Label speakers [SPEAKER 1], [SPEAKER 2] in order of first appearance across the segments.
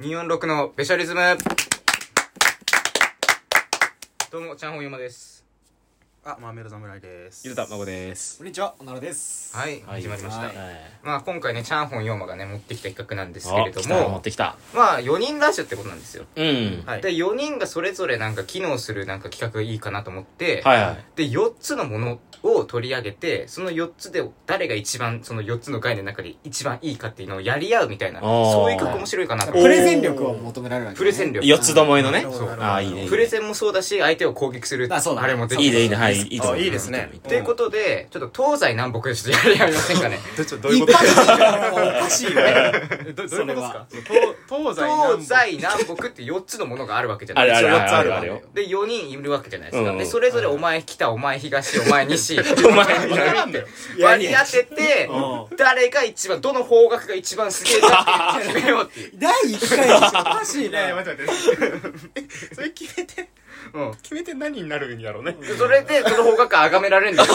[SPEAKER 1] 246のベシャリズムどうも、ちゃんほんゆまです。
[SPEAKER 2] あ、マーメロ侍です。
[SPEAKER 3] ゆるたまごです。
[SPEAKER 4] こんにちは、おならです。
[SPEAKER 1] はい、始まりました。
[SPEAKER 4] はい
[SPEAKER 1] まあ今回ね、チャンホンヨーマがね、持ってきた企画なんですけ
[SPEAKER 3] あ、
[SPEAKER 1] れど
[SPEAKER 3] 来た、持っ
[SPEAKER 1] も、
[SPEAKER 3] てきた。
[SPEAKER 1] まあ4人ラジオってことなんですよ。
[SPEAKER 3] うん。
[SPEAKER 2] はい。
[SPEAKER 1] で、4人がそれぞれなんか機能するなんか企画がいいかなと思って、
[SPEAKER 3] はいはい。
[SPEAKER 1] で、4つのものを取り上げて、その4つで誰が一番、その4つの概念の中で一番いいかっていうのをやり合うみたいな、
[SPEAKER 3] あー
[SPEAKER 1] そういう企画面白いかなと
[SPEAKER 4] プ
[SPEAKER 1] 思っ
[SPEAKER 4] レ
[SPEAKER 1] て。
[SPEAKER 4] ゼン力を求められるわけ、ね。
[SPEAKER 1] プレゼン力
[SPEAKER 3] 四つどもえのね。
[SPEAKER 2] そう
[SPEAKER 3] あーいいね。
[SPEAKER 1] プレゼンもそうだし、相手を攻撃する、
[SPEAKER 4] あそうだね
[SPEAKER 1] あれもで
[SPEAKER 3] いい
[SPEAKER 1] き
[SPEAKER 3] ね、いい
[SPEAKER 1] ね。
[SPEAKER 3] ね、はい。いいと思
[SPEAKER 2] あいいですね
[SPEAKER 1] ということで、ちょっと東西南北でちょっとやり合いませんかね。
[SPEAKER 2] どちょどういう
[SPEAKER 4] 一
[SPEAKER 2] こと
[SPEAKER 4] 般人はおか しいよね。
[SPEAKER 2] えどどうい
[SPEAKER 4] そうれ
[SPEAKER 2] ことです
[SPEAKER 4] は
[SPEAKER 2] か東東西南
[SPEAKER 1] 東西南北って4つのものがあるわけじゃな
[SPEAKER 3] あ
[SPEAKER 1] いで
[SPEAKER 3] れ
[SPEAKER 1] す
[SPEAKER 3] あ
[SPEAKER 1] か。
[SPEAKER 3] れ
[SPEAKER 2] そう四つ
[SPEAKER 3] あ
[SPEAKER 2] ある
[SPEAKER 3] れ
[SPEAKER 2] わ
[SPEAKER 3] あれよ。
[SPEAKER 1] で、4人いるわけじゃないですか。
[SPEAKER 3] うんう
[SPEAKER 1] で、
[SPEAKER 3] ん
[SPEAKER 1] それぞれお前北、お前東、お前西、
[SPEAKER 3] お
[SPEAKER 1] お
[SPEAKER 3] 前
[SPEAKER 1] 前南って
[SPEAKER 4] や
[SPEAKER 1] 割り当てて、誰が一番、どの方角が一番すげえかっていうのを決めようっていう。
[SPEAKER 4] 第一回でしょ、おかしい
[SPEAKER 2] いやいや
[SPEAKER 4] ね。
[SPEAKER 2] 待って待って。えそれ決めて
[SPEAKER 1] うん
[SPEAKER 2] 決めて何になるんやろうね。
[SPEAKER 1] で。それで、その方角あがめられるんだよ。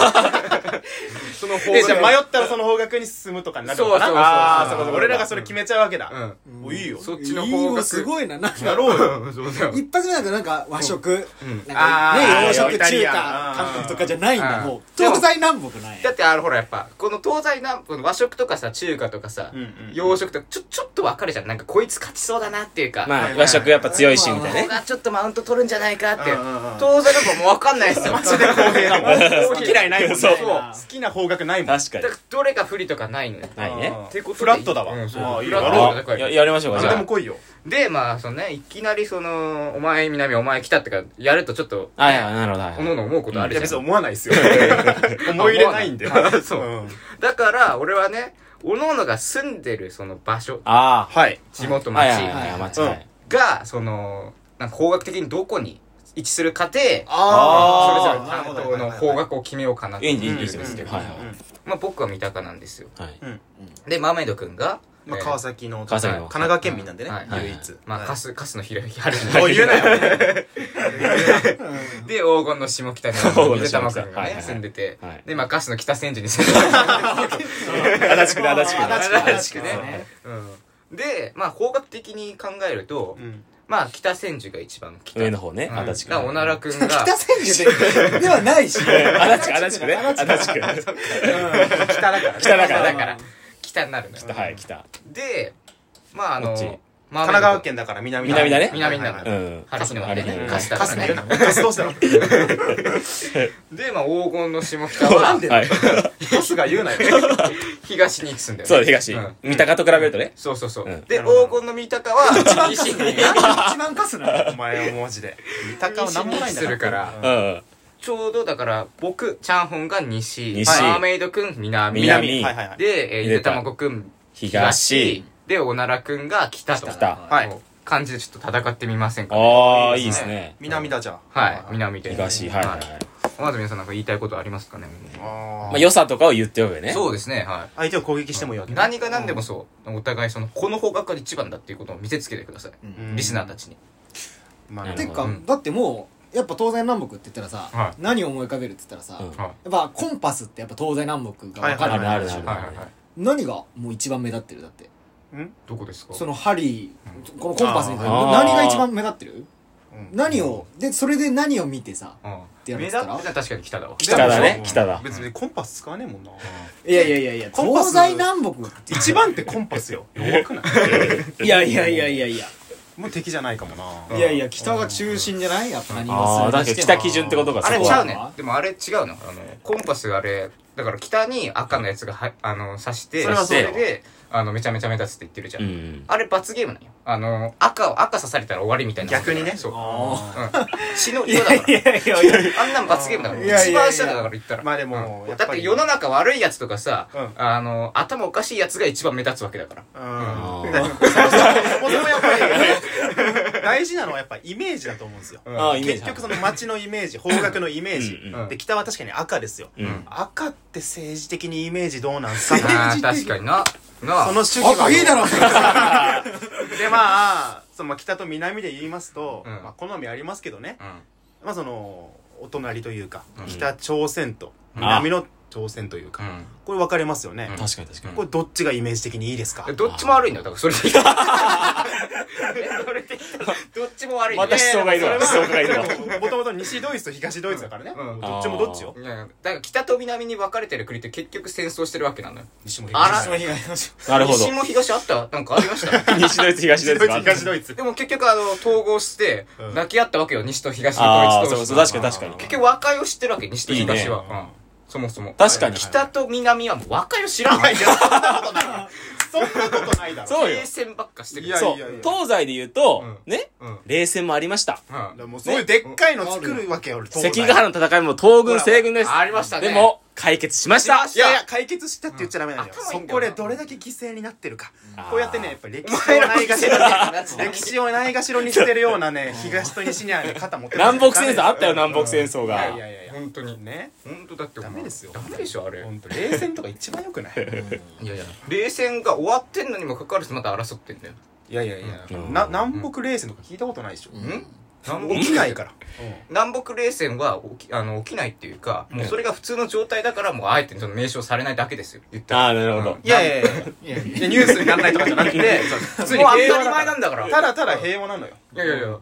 [SPEAKER 1] その方
[SPEAKER 2] えじゃ
[SPEAKER 1] 角。
[SPEAKER 2] あ迷ったらその方角に進むとかになるのかな。
[SPEAKER 1] そうそうそう
[SPEAKER 2] あーそうかそう
[SPEAKER 1] うん
[SPEAKER 2] か。俺らがそれ決めちゃうわけだ。
[SPEAKER 1] うん。
[SPEAKER 2] うん。おいいよ。
[SPEAKER 1] そっちの方
[SPEAKER 4] いい
[SPEAKER 1] 角。
[SPEAKER 4] よすごいな。なんか
[SPEAKER 2] やろうよ。
[SPEAKER 1] そうだよ。
[SPEAKER 4] 一発目なんかなんか和食、
[SPEAKER 1] うん
[SPEAKER 4] なんか
[SPEAKER 2] あー
[SPEAKER 4] ね、洋
[SPEAKER 2] イ
[SPEAKER 4] 食、
[SPEAKER 2] タ
[SPEAKER 4] 中
[SPEAKER 2] リアン
[SPEAKER 4] 華、韓国とかじゃないん
[SPEAKER 1] う
[SPEAKER 4] だ、
[SPEAKER 1] ん
[SPEAKER 4] もう。
[SPEAKER 1] でも
[SPEAKER 4] 東西南北ない。
[SPEAKER 1] だってあのほらやっぱこの東西南北の和食とかさ中華とかさ、
[SPEAKER 2] うんうん
[SPEAKER 1] 洋食とかちょちょっと分かるじゃんなんかこいつ勝ちそうだなっていうか、
[SPEAKER 3] まあ、和食やっぱ強いし、みたいな
[SPEAKER 1] ここ
[SPEAKER 3] ね。
[SPEAKER 1] がちょっとマウント取るんじゃないかって、
[SPEAKER 2] うんうんうん
[SPEAKER 1] 東西南北も分かんないですよマジで
[SPEAKER 2] 公平だもん。
[SPEAKER 1] 公
[SPEAKER 2] 好
[SPEAKER 1] 平
[SPEAKER 2] き嫌いないもんね。
[SPEAKER 3] そう
[SPEAKER 2] 好きな方角ないもん。
[SPEAKER 3] 確か
[SPEAKER 1] だからどれが不利とかないのよ
[SPEAKER 3] に。ないね。
[SPEAKER 2] てフラットだわ。
[SPEAKER 1] うんそう
[SPEAKER 2] あーいい
[SPEAKER 1] フ
[SPEAKER 2] よ
[SPEAKER 1] ラッ
[SPEAKER 2] や
[SPEAKER 1] トだ
[SPEAKER 2] ろ
[SPEAKER 1] わ
[SPEAKER 2] う
[SPEAKER 3] あややりましょうか、
[SPEAKER 2] よ。
[SPEAKER 3] じ
[SPEAKER 2] で
[SPEAKER 3] ゃ
[SPEAKER 2] も来いよ。
[SPEAKER 1] でまあそのねいきなりそのお前南お前北ってかやるとちょっと
[SPEAKER 3] あ。はいはい、なるほど。はい
[SPEAKER 1] おのの思うことあ
[SPEAKER 2] い
[SPEAKER 1] る
[SPEAKER 2] や
[SPEAKER 1] じ
[SPEAKER 2] 別
[SPEAKER 1] ゃん、
[SPEAKER 2] に思わないですよ。思い入れないんで
[SPEAKER 1] 思わない。そう
[SPEAKER 2] うん。
[SPEAKER 1] だから俺はねおののが住んでるその場所
[SPEAKER 3] あ
[SPEAKER 2] はい。
[SPEAKER 1] 地元
[SPEAKER 3] あ。
[SPEAKER 1] 町、
[SPEAKER 3] はいはいはいはい、間違いない。
[SPEAKER 1] が、その、なんか方角的にどこに位置するかで、それぞれ
[SPEAKER 2] あ
[SPEAKER 1] 担当の方角を決めようかなって
[SPEAKER 3] いいんで
[SPEAKER 1] い
[SPEAKER 3] いいん
[SPEAKER 1] う
[SPEAKER 3] で
[SPEAKER 1] ん
[SPEAKER 3] い
[SPEAKER 1] で
[SPEAKER 3] いです
[SPEAKER 1] すけ
[SPEAKER 3] け
[SPEAKER 1] ど
[SPEAKER 3] ど。、はいはい。
[SPEAKER 1] まあ僕は三鷹なんですよ。
[SPEAKER 3] はい。
[SPEAKER 1] で、マーメイドくんが、
[SPEAKER 2] まあ、
[SPEAKER 1] えー
[SPEAKER 2] 川崎の、
[SPEAKER 3] 川崎の
[SPEAKER 2] 神奈川県民なんでね
[SPEAKER 1] はい、
[SPEAKER 3] はい
[SPEAKER 2] 唯一。
[SPEAKER 1] まあ、カ
[SPEAKER 2] ス。
[SPEAKER 1] ス、カスの広い春
[SPEAKER 2] もう言うなよ。
[SPEAKER 1] で、黄金の下北にある水玉くんが
[SPEAKER 3] はいはい
[SPEAKER 1] ね、
[SPEAKER 3] はい
[SPEAKER 1] 住んでて
[SPEAKER 3] はい、
[SPEAKER 1] で、まあ、カスの北千住に住んでて
[SPEAKER 3] 足立区だ、足立区だ。
[SPEAKER 4] 足立区
[SPEAKER 1] 足立区ね。うんで、まあ、方角的に考えると
[SPEAKER 2] う、ん
[SPEAKER 1] まあ、北千住が一番北。
[SPEAKER 3] 上の方ね、
[SPEAKER 1] うん
[SPEAKER 3] 足立区。
[SPEAKER 1] だからおならくんが、
[SPEAKER 4] 北千住でではないし。
[SPEAKER 3] 足立区、足立区ね。足立区。
[SPEAKER 1] 北だから。
[SPEAKER 3] 北だから
[SPEAKER 1] だから。北になるのよ。
[SPEAKER 3] はい、来た。
[SPEAKER 1] で、まああ
[SPEAKER 3] こ
[SPEAKER 1] の、
[SPEAKER 3] っち
[SPEAKER 1] 神
[SPEAKER 2] 神奈川県だから南
[SPEAKER 3] 南だね
[SPEAKER 1] 南だね
[SPEAKER 2] はいは
[SPEAKER 3] う
[SPEAKER 2] いはい
[SPEAKER 3] ん。
[SPEAKER 1] 春日の方でね
[SPEAKER 3] う、ん
[SPEAKER 1] カスタ
[SPEAKER 2] カ
[SPEAKER 1] が
[SPEAKER 2] ス入れ
[SPEAKER 1] ね
[SPEAKER 2] な。カスどうしたの
[SPEAKER 1] で、まあ黄金の下北 は、
[SPEAKER 3] はい。
[SPEAKER 2] カスが言 うなよ。
[SPEAKER 1] 東に位置すんだよね。
[SPEAKER 3] そう、東
[SPEAKER 1] うん。
[SPEAKER 3] 三鷹と比べるとね。。
[SPEAKER 1] そうそうそううんで、
[SPEAKER 2] なるほど
[SPEAKER 1] 黄金の三鷹 は、西に
[SPEAKER 4] 一番カスなの。
[SPEAKER 2] お前はマジで。三鷹は
[SPEAKER 1] 西
[SPEAKER 2] 何
[SPEAKER 1] に
[SPEAKER 2] も
[SPEAKER 1] 位置
[SPEAKER 2] ないんだ
[SPEAKER 1] するから、
[SPEAKER 3] うん。
[SPEAKER 1] ちょうどだから、僕、チャンホンが西、
[SPEAKER 3] 西
[SPEAKER 1] マーメイドくん南、
[SPEAKER 3] 南
[SPEAKER 2] はいはいはい。
[SPEAKER 1] で、えー
[SPEAKER 3] 入
[SPEAKER 1] ゆで
[SPEAKER 3] れた
[SPEAKER 1] たまこくん
[SPEAKER 3] 東。
[SPEAKER 1] で、おならくんが北と。
[SPEAKER 3] 北
[SPEAKER 1] はい。感じでちょっと戦ってみませんか
[SPEAKER 3] ああ、いいですね。
[SPEAKER 2] 南だじゃん。
[SPEAKER 1] はい、南で。
[SPEAKER 3] 東、はいはいはい。
[SPEAKER 1] まず皆さんなんか言いたいことありますかね
[SPEAKER 3] ま
[SPEAKER 2] あ
[SPEAKER 3] あ、
[SPEAKER 2] ー
[SPEAKER 3] 良さとかを言っておくよね。
[SPEAKER 1] そうですね、はい。
[SPEAKER 2] 相手を攻撃してもいいわけね
[SPEAKER 1] 何が何でもそう、お互いそのこの方角が一番だっていうことを見せつけてください、
[SPEAKER 2] うん
[SPEAKER 1] リスナーたちに
[SPEAKER 2] まあ
[SPEAKER 3] な
[SPEAKER 2] ね
[SPEAKER 3] る
[SPEAKER 4] て
[SPEAKER 3] ほど
[SPEAKER 4] か、だってもう、やっぱ東西南北って言ったら
[SPEAKER 1] は
[SPEAKER 4] さ
[SPEAKER 1] い、
[SPEAKER 4] 何を思い浮かべるって言ったら
[SPEAKER 3] う
[SPEAKER 4] さ、
[SPEAKER 3] ん
[SPEAKER 4] や
[SPEAKER 1] は
[SPEAKER 4] っぱコンパスってやっぱ東西南北が分か
[SPEAKER 3] あ
[SPEAKER 4] る
[SPEAKER 3] る
[SPEAKER 4] わ
[SPEAKER 3] あ
[SPEAKER 4] け
[SPEAKER 3] る
[SPEAKER 4] でし
[SPEAKER 3] あ
[SPEAKER 4] ょ
[SPEAKER 3] る
[SPEAKER 1] い。はいはいはい
[SPEAKER 4] 何がもう一番目立ってるだって。
[SPEAKER 2] うん
[SPEAKER 1] どこですか
[SPEAKER 4] そのハリー、このコンパスみたいな
[SPEAKER 3] あー
[SPEAKER 4] 何が一番目立ってる
[SPEAKER 2] うん
[SPEAKER 4] 何を、で、それで何を見てさ、
[SPEAKER 1] うん
[SPEAKER 4] て
[SPEAKER 1] 目
[SPEAKER 4] やるん
[SPEAKER 1] 立
[SPEAKER 4] ですか
[SPEAKER 1] ってた確かに北だわ
[SPEAKER 3] 北だ
[SPEAKER 2] で
[SPEAKER 3] ね
[SPEAKER 2] も、
[SPEAKER 3] 北だ。
[SPEAKER 2] 別にコンパス使わねえもんな。
[SPEAKER 4] いやいやいやいや、
[SPEAKER 2] コンパ
[SPEAKER 4] 東
[SPEAKER 2] ス
[SPEAKER 4] 西南北って
[SPEAKER 2] 一番ってコンパ スよ。弱くない
[SPEAKER 4] いやいやいやいやいや。
[SPEAKER 2] もう敵じゃないかもな。
[SPEAKER 4] いやいや、北が中心じゃないやっぱ何もする
[SPEAKER 3] ああ、だ
[SPEAKER 4] に
[SPEAKER 3] け
[SPEAKER 4] し
[SPEAKER 3] ど
[SPEAKER 4] ても
[SPEAKER 3] 北基準ってことか、
[SPEAKER 1] あれ
[SPEAKER 3] そ
[SPEAKER 1] ち
[SPEAKER 3] こ
[SPEAKER 1] ゃ
[SPEAKER 3] は
[SPEAKER 1] うね
[SPEAKER 4] は
[SPEAKER 1] でもあれ違うのあのコンパスあれだから北に赤のやつがはあの刺して
[SPEAKER 2] それはそうだわ
[SPEAKER 1] であのめちゃめちゃ目立つって言ってるじゃん、
[SPEAKER 3] うん。
[SPEAKER 1] あれ罰ゲームなんよあの赤を赤刺されたら終わりみたいな
[SPEAKER 2] 逆にね
[SPEAKER 1] そう、うん、
[SPEAKER 4] あ
[SPEAKER 1] 死の色だから
[SPEAKER 4] ーいやいやいやいや。
[SPEAKER 1] あんなん罰ゲームだから。
[SPEAKER 4] いや
[SPEAKER 1] 一
[SPEAKER 4] いやいや
[SPEAKER 1] 番下だから言ったら。
[SPEAKER 2] まあでも
[SPEAKER 1] うん
[SPEAKER 2] やっ
[SPEAKER 1] だ
[SPEAKER 2] ぱ
[SPEAKER 1] っ
[SPEAKER 2] り
[SPEAKER 1] て世の中悪いやつとかさ
[SPEAKER 2] うん、
[SPEAKER 1] あの、頭おかしいやつが一番目立つわけだから。
[SPEAKER 2] うん。
[SPEAKER 3] あ
[SPEAKER 2] もともとやっぱり大事なのはやっぱイメージだと思うんですよ
[SPEAKER 3] あー、イメージ。
[SPEAKER 2] 結局その街のイメージ方角のイメージ
[SPEAKER 3] うん
[SPEAKER 1] うん
[SPEAKER 2] で北は確かに赤ですよ
[SPEAKER 3] うん
[SPEAKER 2] 赤って政治的にイメージどうなんすか
[SPEAKER 1] あー確かにな。な
[SPEAKER 2] そ
[SPEAKER 1] あ。
[SPEAKER 2] の主義は
[SPEAKER 4] あ、いいだろ
[SPEAKER 2] でまあそのまあ北と南で言いますと
[SPEAKER 1] うん
[SPEAKER 2] まあ好みありますけどね
[SPEAKER 1] うん
[SPEAKER 2] まあそのお隣というか
[SPEAKER 1] うん
[SPEAKER 2] 北朝鮮と
[SPEAKER 1] うん
[SPEAKER 2] 南の朝鮮という
[SPEAKER 1] う
[SPEAKER 2] か
[SPEAKER 1] ん
[SPEAKER 2] これ分かれますよね
[SPEAKER 1] うん
[SPEAKER 3] 確かに確かに。
[SPEAKER 2] これどっちがイメージ的にいいですか
[SPEAKER 1] でどっちも悪いんだよ。だからそれでいい。ってきた どっちも悪い
[SPEAKER 3] また思想がいるわ
[SPEAKER 2] いやい
[SPEAKER 3] 思
[SPEAKER 2] や
[SPEAKER 3] 想がいるわ
[SPEAKER 2] それはもともと西ドイツと東ドイツだからね。
[SPEAKER 1] うん
[SPEAKER 2] どっちもどっちよ。
[SPEAKER 1] いやいやだから北と南に分かれてる国って結局戦争してるわけなのよ
[SPEAKER 2] 西も
[SPEAKER 1] あら
[SPEAKER 2] 東も東も
[SPEAKER 3] なるほど
[SPEAKER 1] 西も東あったなんかありました
[SPEAKER 3] 西ドイツ東ドイ
[SPEAKER 2] 西ド
[SPEAKER 3] ツ
[SPEAKER 2] イ
[SPEAKER 3] があっ
[SPEAKER 2] ツ、東
[SPEAKER 3] た
[SPEAKER 2] ドイツ。
[SPEAKER 1] でも結局あの統合して
[SPEAKER 2] うん
[SPEAKER 1] 泣き合ったわけよ西と東と
[SPEAKER 3] あ
[SPEAKER 1] ド
[SPEAKER 3] あ
[SPEAKER 1] イツ
[SPEAKER 3] そう
[SPEAKER 1] と
[SPEAKER 3] そう確かに確かに
[SPEAKER 1] 結局和解を知ってるわけ西と東はい
[SPEAKER 2] い
[SPEAKER 1] う
[SPEAKER 2] ね
[SPEAKER 1] んそもそも
[SPEAKER 3] 確かに
[SPEAKER 1] 北と南はもう和解を知らないじゃん
[SPEAKER 2] そんなことないだろ。
[SPEAKER 3] そうよ
[SPEAKER 1] 冷戦ばっかしてる
[SPEAKER 2] いやい
[SPEAKER 3] そ
[SPEAKER 2] や
[SPEAKER 3] う東西で言うと
[SPEAKER 1] う
[SPEAKER 3] ね
[SPEAKER 1] うん
[SPEAKER 3] 冷戦もありました
[SPEAKER 1] うん
[SPEAKER 2] もうそういうでっかいの作るわけよ、東西
[SPEAKER 3] 関ヶ原の戦いも東軍西軍です
[SPEAKER 1] ありましたね
[SPEAKER 3] でも解決しまし
[SPEAKER 1] しま
[SPEAKER 3] た
[SPEAKER 1] し
[SPEAKER 2] いやいや、解決したって言っちゃダメなのよ。
[SPEAKER 1] うん頭い
[SPEAKER 2] そ
[SPEAKER 1] いんだよ
[SPEAKER 2] こ
[SPEAKER 1] な
[SPEAKER 2] でどれだけ犠牲になってるか
[SPEAKER 3] うん。
[SPEAKER 2] こうやってね、やっぱ歴
[SPEAKER 1] お
[SPEAKER 2] 史
[SPEAKER 1] 前
[SPEAKER 2] を
[SPEAKER 1] ら
[SPEAKER 2] な
[SPEAKER 1] の
[SPEAKER 2] いがし
[SPEAKER 1] せい
[SPEAKER 2] ろ
[SPEAKER 1] だ
[SPEAKER 2] に、歴史をないがしろにしてるようなね、東と西にはね、肩持って
[SPEAKER 3] 南北戦争あったよ南北戦
[SPEAKER 2] 争。
[SPEAKER 3] 争
[SPEAKER 2] いやい
[SPEAKER 3] が
[SPEAKER 2] やいや。
[SPEAKER 1] 本当に
[SPEAKER 2] ね。
[SPEAKER 1] 本当だって
[SPEAKER 2] ダメですよ
[SPEAKER 1] ダメでしょあれ
[SPEAKER 2] 本当冷戦とか一番良くない
[SPEAKER 1] いやいや冷戦が終わってんのにもかかわらずまた争ってんだよ
[SPEAKER 2] いやいやいや、
[SPEAKER 3] うん
[SPEAKER 2] な南北冷戦とか聞いたことないでしょ、
[SPEAKER 1] ん
[SPEAKER 2] 起きないから、
[SPEAKER 1] 南北冷戦は起きあの起きないっていうかもうそれが普通の状態だからもうあえてその名称されないだけですよ言ったら
[SPEAKER 3] ああなるほど
[SPEAKER 2] いやいやいやいやいやニュースにならないとかじゃなくて普
[SPEAKER 1] 普通に当たり前なんだから
[SPEAKER 2] ただただ平和なのよ
[SPEAKER 1] いやいやいや
[SPEAKER 2] ご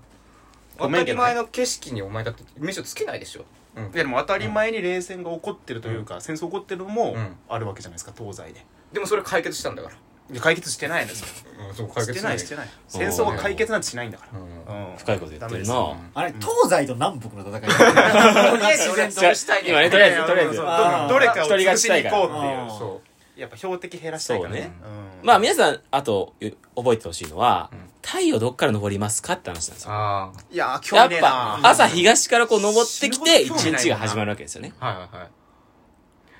[SPEAKER 1] 当
[SPEAKER 2] め
[SPEAKER 1] た
[SPEAKER 2] んけ
[SPEAKER 1] り
[SPEAKER 2] どね
[SPEAKER 1] 前の景色にお前だって名称つけないでしょうん
[SPEAKER 2] いやでも当たり前に冷戦が起こってるというか、戦争起こってるのも
[SPEAKER 1] うん
[SPEAKER 2] あるわけじゃないですか東西で
[SPEAKER 1] でもそれ解決したんだから
[SPEAKER 2] いや解決してないのよそれ
[SPEAKER 1] うんそう
[SPEAKER 2] してないしてない
[SPEAKER 3] そう
[SPEAKER 2] 戦争は解決なんてしないんだか
[SPEAKER 1] うん
[SPEAKER 2] ら、うん
[SPEAKER 3] 深いこと言ってる
[SPEAKER 2] ダメ
[SPEAKER 3] な
[SPEAKER 4] あれ、東西と南北の戦い。
[SPEAKER 1] とりあえず俺潰したい
[SPEAKER 3] 今ね
[SPEAKER 2] です
[SPEAKER 3] とりあえずとりあえず
[SPEAKER 2] そう
[SPEAKER 4] あー
[SPEAKER 2] どどれかを
[SPEAKER 3] 一人
[SPEAKER 2] 潰
[SPEAKER 3] 勝ち
[SPEAKER 2] し
[SPEAKER 3] したい
[SPEAKER 2] に
[SPEAKER 3] か
[SPEAKER 2] 行
[SPEAKER 3] ら
[SPEAKER 2] こうっていう
[SPEAKER 4] あー
[SPEAKER 1] そ
[SPEAKER 2] やっぱ標的減らしたいから
[SPEAKER 3] そうね
[SPEAKER 2] うん
[SPEAKER 3] まあ皆さんあとゆ覚えてほしいのは
[SPEAKER 1] うん
[SPEAKER 3] 太陽どっから昇りますかって話なんです
[SPEAKER 1] う
[SPEAKER 3] よ
[SPEAKER 1] あ
[SPEAKER 2] いやー
[SPEAKER 3] や
[SPEAKER 2] 興
[SPEAKER 3] っ
[SPEAKER 2] 味ねえ
[SPEAKER 3] ぱ
[SPEAKER 2] な
[SPEAKER 3] 朝東からこう登ってきて一
[SPEAKER 2] 死ぬほど興味ないもんな
[SPEAKER 3] 日が始まるわけですよね
[SPEAKER 1] あはいはい